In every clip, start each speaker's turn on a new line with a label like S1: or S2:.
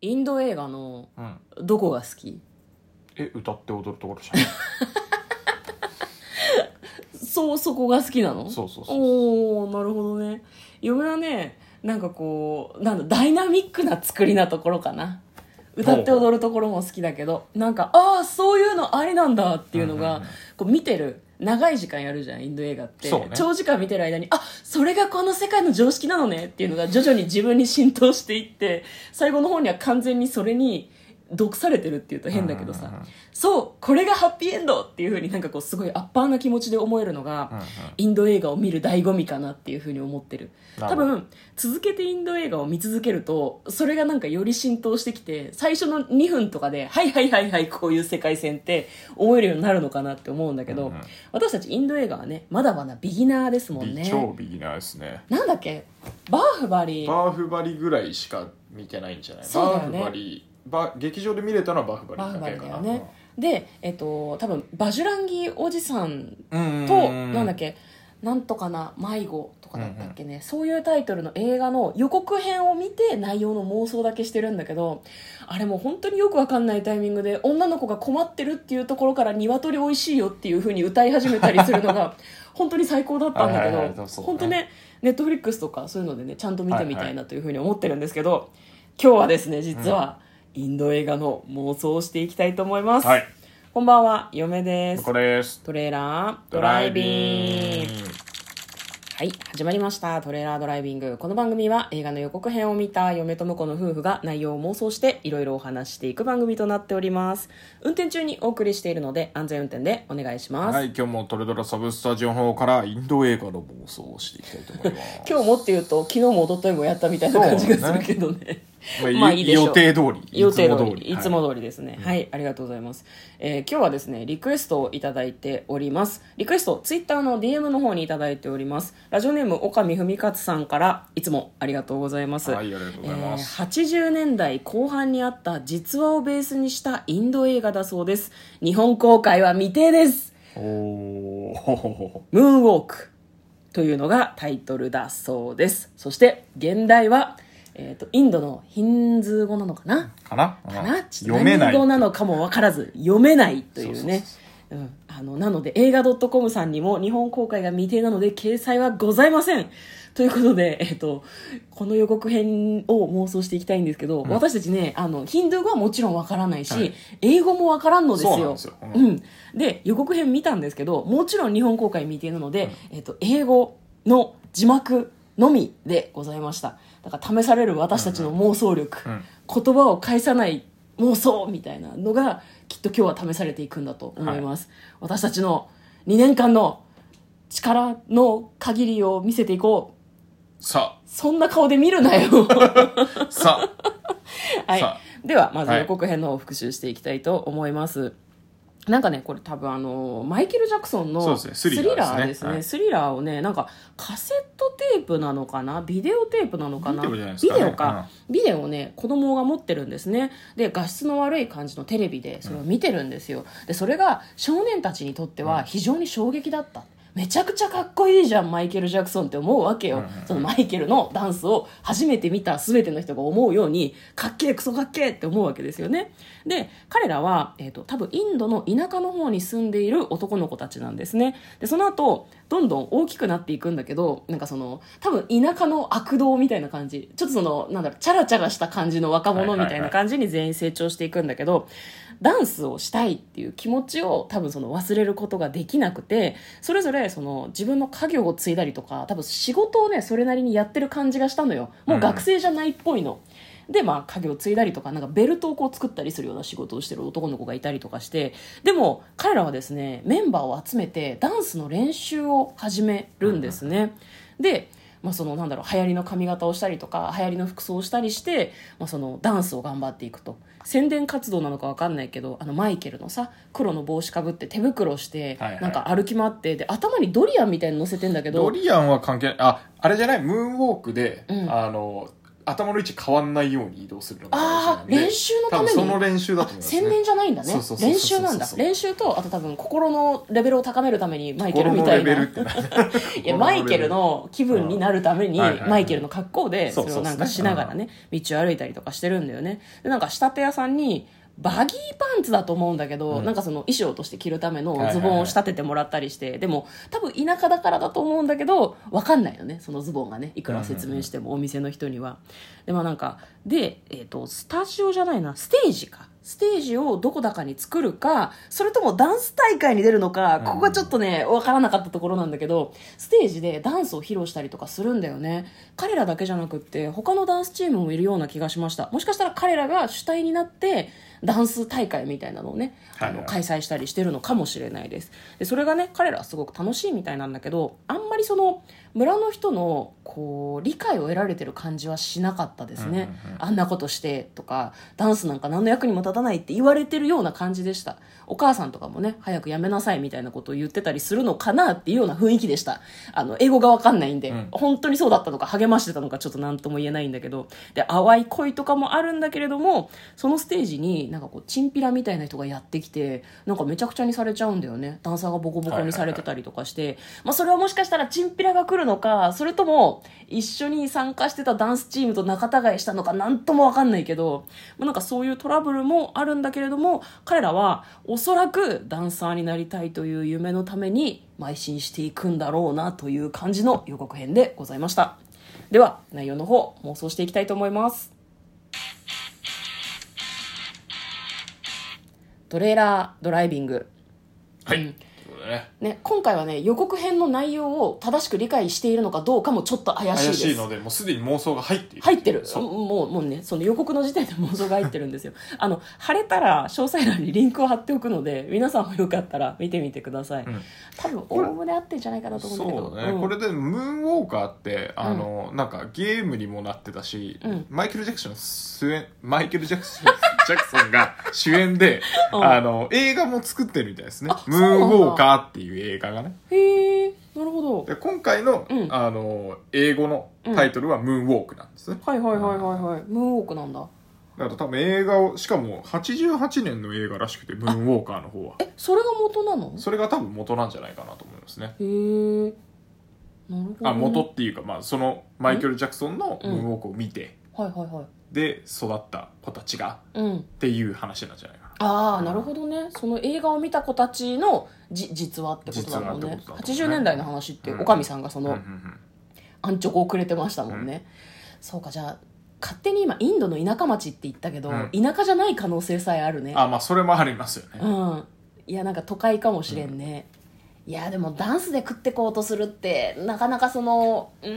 S1: インド映画の
S2: うん、
S1: どこが好き
S2: え歌って踊るところじゃん
S1: そうそこが好きな の
S2: そうそうそうそう
S1: おおなるほどね嫁はねなんかこうなんだダイナミックな作りなところかな歌って踊るところも好きだけどなんかああそういうのありなんだっていうのが、
S2: うんうんうん
S1: こう見てる長い時間やるじゃんインド映画って、
S2: そうね
S1: 長時間見てる間にあそれがこの世界の常識なのねっていうのが徐々に自分に浸透していって最後の方には完全にそれに毒されてるっていうと変だけどさ、
S2: うんうんうん
S1: そうこれがハッピーエンドっていうふうになんかこうすごいアッパーな気持ちで思えるのが、
S2: うんうん
S1: インド映画を見る醍醐味かなっていうふうに思ってる
S2: な
S1: 多
S2: るほど
S1: 分続けてインド映画を見続けるとそれがなんかより浸透してきて最初の2分とかで「はいはいはいはいこういう世界線」って思えるようになるのかなって思うんだけど、
S2: うんうん
S1: 私たちインド映画はねまだまだビギナーですもん
S2: ビ
S1: ね
S2: 超ビギナーですね
S1: なんだっけバーフバリー
S2: バーフバリぐらいしか見てないんじゃない、
S1: そうだ
S2: バ
S1: よ
S2: ー
S1: ね
S2: フバリバ劇場で見れたのはバーフバ
S1: バーフ
S2: リ
S1: バ
S2: だけ
S1: リー
S2: か
S1: だ
S2: な
S1: よねでえっと多分バジュランギおじさん
S2: うん
S1: と、なんだっけなんとかな迷子とかだったっけね、そういうタイトルの映画の予告編を見て内容の妄想だけしてるんだけどあれもう本当によくわかんないタイミングで女の子が困ってるっていうところから「鶏おいしいよ」っていう風に歌い始めたりするの が本当に最高だったんだけど、
S2: はいはいはいそうね
S1: 本当ねネットフリックスとかそういうのでねちゃんと見てみたいなという風に思ってるんですけど、今日はですね実は、インド映画の妄想をしていきたいと思います、
S2: はい
S1: こんばんは嫁です
S2: これです
S1: トレーラードライビングはい始まりましたトレーラードライビングこの番組は映画の予告編を見た嫁と婿の夫婦が内容を妄想していろいろお話ししていく番組となっております運転中にお送りしているので安全運転でお願いします、
S2: はい今日もトレドラサブスタジオの方からインド映画の妄想をしていきたいと思います
S1: 今日もっていうと昨日も一昨日もやったみたいな感じが
S2: そ
S1: す
S2: うね
S1: るけどね ま
S2: ま
S1: あ
S2: あ、
S1: い
S2: い
S1: いでしょう
S2: 予定通り
S1: 予定通り
S2: い
S1: い
S2: つ
S1: つ
S2: も
S1: も通りですねはい、ありがとうございます、えー今日はですねリクエストをいただいておりますリクエストツイッターの DM の方にいただいておりますラジオネーム岡見文勝さんからいつもありがとうございます、
S2: はいありがとうございます、
S1: えー80年代後半にあった実話をベースにしたインド映画だそうです日本公開は未定です
S2: おお
S1: ムーンウォークというのがタイトルだそうですそして現代は、えー、とインドのヒンズー語なのかな
S2: かな
S1: かな
S2: う
S1: んちょっ
S2: 読
S1: と
S2: めな
S1: 何
S2: い
S1: 語なのかも分からず読めないというね
S2: そ
S1: うんあのなので映画 .com さんにも日本公開が未定なので掲載はございませんということで、えっと、この予告編を妄想していきたいんですけど、私たちねあのヒンドゥー語はもちろんわからないし、
S2: はい
S1: 英語もわからんのですよ
S2: そうなんですよう
S1: うんで予告編見たんですけどもちろん日本公開未定なので、えっと、英語の字幕のみでございましただから試される私たちの妄想力、
S2: うんうん
S1: 言葉を返さない妄想みたいなのがきっと今日は試されていくんだと思います、私たちの2年間の力の限りを見せていこう
S2: さ
S1: そんな顔で見るなよ、
S2: あさ あ
S1: は
S2: さ
S1: い、ではまず予告編の方を復習していきたいと思います、なんかねこれ多分あのマイケル・ジャクソン
S2: そう
S1: の
S2: ですね
S1: ス
S2: ス
S1: リ
S2: リ
S1: ラ
S2: ラ
S1: ー
S2: ー
S1: で
S2: ですす
S1: ね
S2: ねはい
S1: スリラーをねなんかカセットテープなのかなビデオテープなのかな
S2: ビデオじゃないですかね
S1: ビデオか、ビデオをね子供が持ってるんですねで画質の悪い感じのテレビでそれを見てるんですよ、でそれが少年たちにとっては非常に衝撃だった、めちゃくちゃかっこいいじゃんマイケル・ジャクソンって思うわけよ、
S2: うんうん
S1: そのマイケルのダンスを初めて見た全ての人が思うようにかっけえクソかっけえって思うわけですよねで彼らは、えー、と多分インドの田舎の方に住んでいる男の子たちなんですねでその後どんどん大きくなっていくんだけどなんかその多分田舎の悪童みたいな感じちょっとそのなんだろうチャラチャラした感じの若者みたいな感じに全員成長していくんだけど、ダンスをしたいっていう気持ちを多分その忘れることができなくてそれぞれその自分の家業を継いだりとか多分仕事をねそれなりにやってる感じがしたのよもう学生じゃないっぽいの。でまあ家業を継いだりとかなんかベルトをこう作ったりするような仕事をしてる男の子がいたりとかしてでも彼らはですねメンバーを集めてダンスの練習を始めるんですね。でまあ、そのなんだろう流行りの髪型をしたりとか流行りの服装をしたりして、まあ、そのダンスを頑張っていくと宣伝活動なのか分かんないけどあのマイケルのさ黒の帽子かぶって手袋をして、
S2: はいはい
S1: なんか歩き回ってで頭にドリアンみたいに乗せてんだけ
S2: ド
S1: ど
S2: リアンは関係ないああれじゃないムーンウォークで、
S1: うん
S2: あの頭の位置変わんないように移動するのが
S1: ああ
S2: 大事なんで
S1: 練習のために
S2: 多分その練習だと思います、ね、
S1: 洗練じゃないんだね
S2: そうそうそうそう
S1: 練習なんだ
S2: そうそうそう
S1: 練習とあと多分心のレベルを高めるためにマイケルみ
S2: 心
S1: たい
S2: のレ
S1: な
S2: ベルってない
S1: やマイケルの気分になるために
S2: はいはいはい
S1: マイケルの格好でそ
S2: そ
S1: うれ
S2: そうそ
S1: をな
S2: う
S1: んかしながらね道を歩いたりとかしてるんだよねでなんか仕立て屋さんにバギーパンツだと思うんだけど、
S2: うん
S1: なんかその衣装として着るための
S2: はいはい
S1: ズ
S2: はい
S1: ボンを仕立ててもらったりして、でも多分田舎だからだと思うんだけどわかんないよねそのズボンがねいくら説明してもお店の人には。でまあなんかで、えー、とスタジオじゃないなステージかステージをどこだかに作るかそれともダンス大会に出るのかここがちょっとね分からなかったところなんだけどステージでダンスを披露したりとかするんだよね彼らだけじゃなくって他のダンスチームもいるような気がしましたもしかしたら彼らが主体になってダンス大会みたいなのをねあ
S2: はい
S1: の
S2: はい
S1: 開催したりしてるのかもしれないですでそれがね彼らはすごく楽しいみたいなんだけどあんまりその村の人のこう理解を得られてる感じはしなかったですね、
S2: うんうん
S1: あんなことしてとかダンスなんか何の役にも立たないって言われてるような感じでしたお母さんとかもね早くやめなさいみたいなことを言ってたりするのかなっていうような雰囲気でしたあの英語がわかんないんで、
S2: うん
S1: 本当にそうだったのか励ましてたのかちょっと何とも言えないんだけどで淡い恋とかもあるんだけれどもそのステージになんかこうチンピラみたいな人がやってきてなんかめちゃくちゃにされちゃうんだよねダンサーがボコボコにされてたりとかして、まあ、それはもしかしたらチンピラが来るのかそれとも一緒に参加してたダンスチームと仲違いしたのか何とも分かんないけど、まあ、なんかそういうトラブルもあるんだけれども彼らはおそらくダンサーになりたいという夢のために邁進していくんだろうなという感じの予告編でございましたでは内容の方妄想していきたいと思いますトレーラードライビング
S2: はい、
S1: うん
S2: ということでね
S1: ね、今回はね予告編の内容を正しく理解しているのかどうかもちょっと怪しいで
S2: 怪
S1: す
S2: しいのでもうすでに妄想が入っている
S1: 入ってる
S2: そう
S1: もうもうねその予告の時点で妄想が入ってるんですよあの晴れたら詳細欄にリンクを貼っておくので皆さんもよかったら見てみてください、
S2: ん
S1: 多分おおむね合ってんじゃないかなと思うんだけど
S2: そうだね、
S1: ん
S2: これでムーンウォーカーってあの、なんかゲームにもなってたし、
S1: うん
S2: マイケル・ジャクソン主演マイケル・ジャクソン ジャクソンが主演で、
S1: うん
S2: あの映画も作ってるみたいですね
S1: あ
S2: ムーンウ
S1: そうな
S2: ォ
S1: んだ
S2: ーカーっていう映画がね
S1: へえなるほど
S2: で今回の,、
S1: うん
S2: あの英語のタイトルは「ムーンウォーク」なんですね、
S1: はいはいはいはいはいムーンウォークなんだ
S2: だから多分映画をしかも88年の映画らしくてムーンウォーカーの方は
S1: えそれが元なの
S2: それが多分元なんじゃないかなと思いますね
S1: へえなるほどね、
S2: あ元っていうか、まあ、そのマイケル・ジャクソンのムーンウォークを見て、
S1: はいはいはい
S2: で育った子たちが
S1: うん
S2: っていう話なんじゃないかな
S1: ああなるほどねその映画を見た子たちのじ実話ってことだもん
S2: 実話
S1: ね
S2: ってことだもんね
S1: 80年代の話って
S2: うん
S1: おかみさんがそ
S2: うんうん
S1: の
S2: うん
S1: アンチョコをくれてましたもんね、そうかじゃあ勝手に今インドの田舎町って言ったけど、
S2: うん
S1: 田舎じゃない可能性さえあるね
S2: あまあそれもありますよ
S1: う
S2: ね、
S1: んいやなんか都会かもしれんね、いやでもダンスで食ってこうとするってなかなかそのうー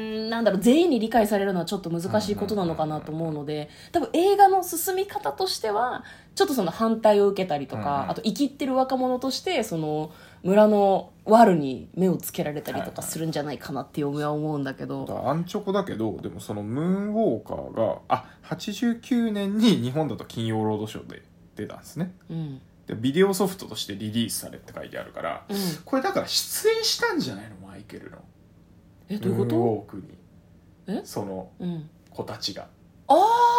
S1: んなんだろう全員に理解されるのはちょっと難しいことなのかなと思うので多分映画の進み方としてはちょっとその反対を受けたりと
S2: うん
S1: か、
S2: うん
S1: あと生きってる若者としてその村の悪に目をつけられたりとかするんじゃないかなって嫁は思うんだけど、
S2: だからアンチョコだけどでもそのムーンウォーカーがあ89年に日本だと「金曜ロードショー」で出たんですね
S1: うん
S2: でビデオソフトとしてリリースされって書いてあるから、
S1: うん、
S2: これだから出演したんじゃないのマイケルの
S1: えどういうこ
S2: ムーン
S1: と、
S2: ウォークに
S1: え
S2: その
S1: うん、
S2: 子たちが
S1: あ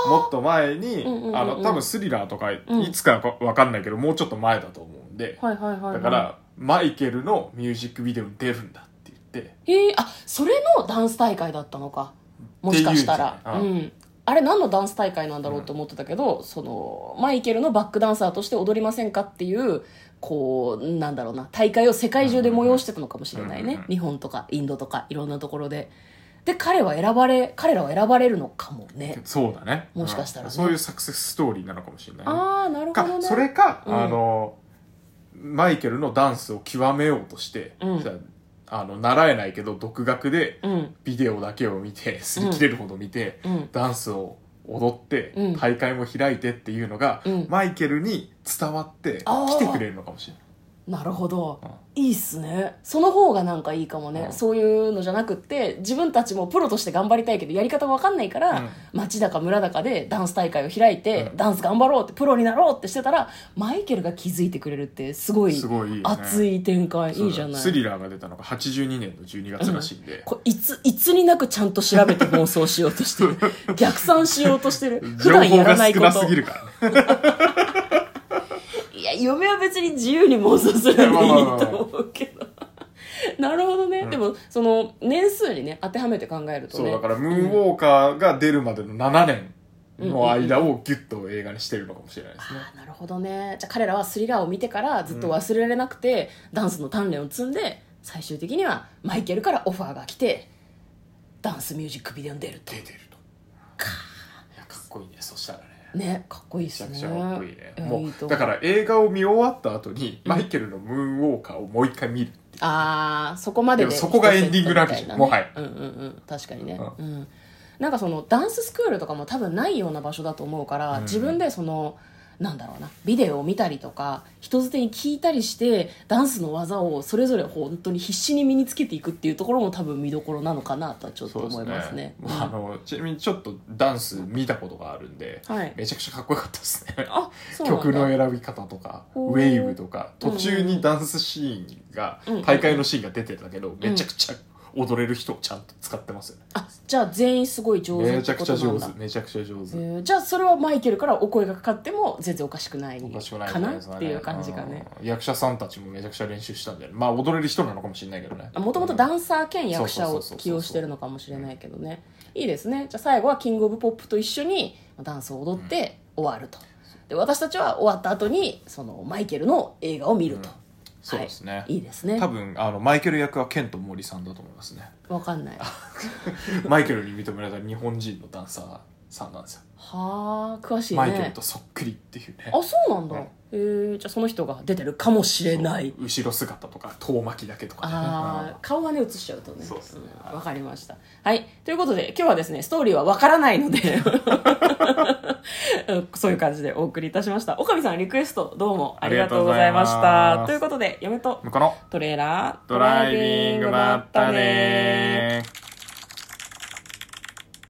S2: もっと前に、
S1: うんうんうんうん
S2: あの多分スリラーとかい
S1: うん
S2: つかわわかんないけど、もうちょっと前だと思うんで、
S1: あはいはいはい、はい、
S2: だからマイケルのミュージックビデオに出るんだって言って
S1: へえあそれのダンス大会だったのかもしかしたら
S2: って
S1: う
S2: いうんじゃない
S1: んあれ何のダンス大会なんだろうと思ってたけど、そのマイケルのバックダンサーとして踊りませんかっていうこうなんだろうな大会を世界中で催してたのかもしれないね、
S2: うんうん
S1: 日本とかインドとかいろんなところでで彼は選ばれ彼らは選ばれるのかもね、
S2: そうだね
S1: もしかしたらね
S2: うんそういうサクセスストーリーなのかもしれないね
S1: ああなるほど
S2: か
S1: ね
S2: それか、
S1: うん
S2: あのマイケルのダンスを極めようとして、
S1: うん
S2: じゃああの習えないけど独学で
S1: うん
S2: ビデオだけを見て擦り切れるほど見て、
S1: うん
S2: ダンスを踊って、
S1: うん
S2: 大会も開いてっていうのが、
S1: うん
S2: マイケルに伝わって
S1: あー
S2: 来てくれるのかもしれない
S1: なるほど
S2: うん
S1: いいっすねその方がなんかいいかもね、
S2: うん
S1: そういうのじゃなくって自分たちもプロとして頑張りたいけどやり方わかんないから、
S2: うん
S1: 町だか村だかでダンス大会を開いて、
S2: うん
S1: ダンス頑張ろうってプロになろうってしてたらマイケルが気づいてくれるってすごい
S2: すごいいいよね
S1: 熱い展開
S2: そう
S1: いいじゃない
S2: スリラーが出たのが82年の12月らしいんで、
S1: これいついつになくちゃんと調べて妄想しようとして る逆算しようとしてる普
S2: 情
S1: 段やら
S2: 報
S1: な
S2: が
S1: い
S2: 少
S1: こ
S2: な
S1: と
S2: すぎるからね
S1: いや嫁は別に自由に妄想するんでいいと思うけど なるほどね、
S2: うん
S1: でもその年数にね当てはめて考えると
S2: そ
S1: ね
S2: うだからムーンウォーカーが出るまでの7年の間をギュッと映画にしてるのかもしれないですね、
S1: ああなるほどねじゃあ彼らはスリラーを見てからずっと忘れられなくて、ダンスの鍛錬を積んで最終的にはマイケルからオファーが来てダンスミュージックビデオに出ると
S2: 出てるといやかっこいいねそしたらね
S1: ねかっこいいで
S2: めち
S1: すね
S2: ゃくちゃかっこいいね
S1: や
S2: も
S1: いいと思
S2: うだから映画を見終わった後にマイケルのムーンウォーカーをもう一回見るっていう
S1: あーそこまでで
S2: でもそこがエンディングなわけじゃん
S1: 一セットみ
S2: も
S1: た
S2: はい
S1: なねう
S2: や
S1: んうんうん確かにねう、
S2: うん
S1: なんかそのダンススクールとかも多分ないような場所だと思うから、
S2: うん
S1: 自分でそのなんだろうなビデオを見たりとか人づてに聞いたりしてダンスの技をそれぞれ本当に必死に身につけていくっていうところも多分見どころなのかなとはちょっと思いますね
S2: もうあのちなみにちょっとダンス見たことがあるんで、
S1: はい
S2: めちゃくちゃかっこよかったですね
S1: あそうなんだ
S2: 曲の選び方とか
S1: おー
S2: ウェーブとか
S1: うん
S2: 途中にダンスシーンが、
S1: うん
S2: 大会のシーンが出てたけど、めちゃくちゃ踊れる人をちゃんと使ってますよね、
S1: あじゃあ全員すごい上手
S2: め
S1: っ
S2: ち
S1: て
S2: ゃく
S1: こ
S2: ち
S1: と
S2: ゃ
S1: な
S2: 上
S1: んだ
S2: 手めちゃくちゃ上手、
S1: えーじゃあそれはマイケルからお声がかかっても全然おかしくない
S2: おかしくない
S1: かな
S2: んじゃな
S1: っていう感じがね、
S2: うん役者さんたちもめちゃくちゃ練習したんだよねまあ踊れる人なのかもしれないけどね
S1: もともとダンサー兼役者を起用してるのかもしれないけどねいいですねじゃあ最後はキングオブポップと一緒にダンスを踊って終わると、で私たちは終わった後にそのマイケルの映画を見ると、
S2: うんそうですね、
S1: はい、いいですね
S2: 多分あのマイケル役はケント・モリさんだと思いますね
S1: わかんないは
S2: マイケルに認められた日本人のダンサーさんなんですよ、
S1: あ詳 しいね
S2: マイケルとそっくりっていうね
S1: あそうなんだ、
S2: うん
S1: へえじゃあその人が出てるかもしれない
S2: そう後ろ姿とか遠巻きだけとかね
S1: ああ顔はね映しちゃうとね
S2: そうっすね
S1: んわかりましたはいということで今日はですねストーリーはわからないので うんそういう感じでお送りいたしました岡部さんリクエストどうもありがとうございまし
S2: ありがとう
S1: た
S2: ございます
S1: ということで嫁と
S2: 向こうの
S1: トレーラー
S2: ドライビングまったねー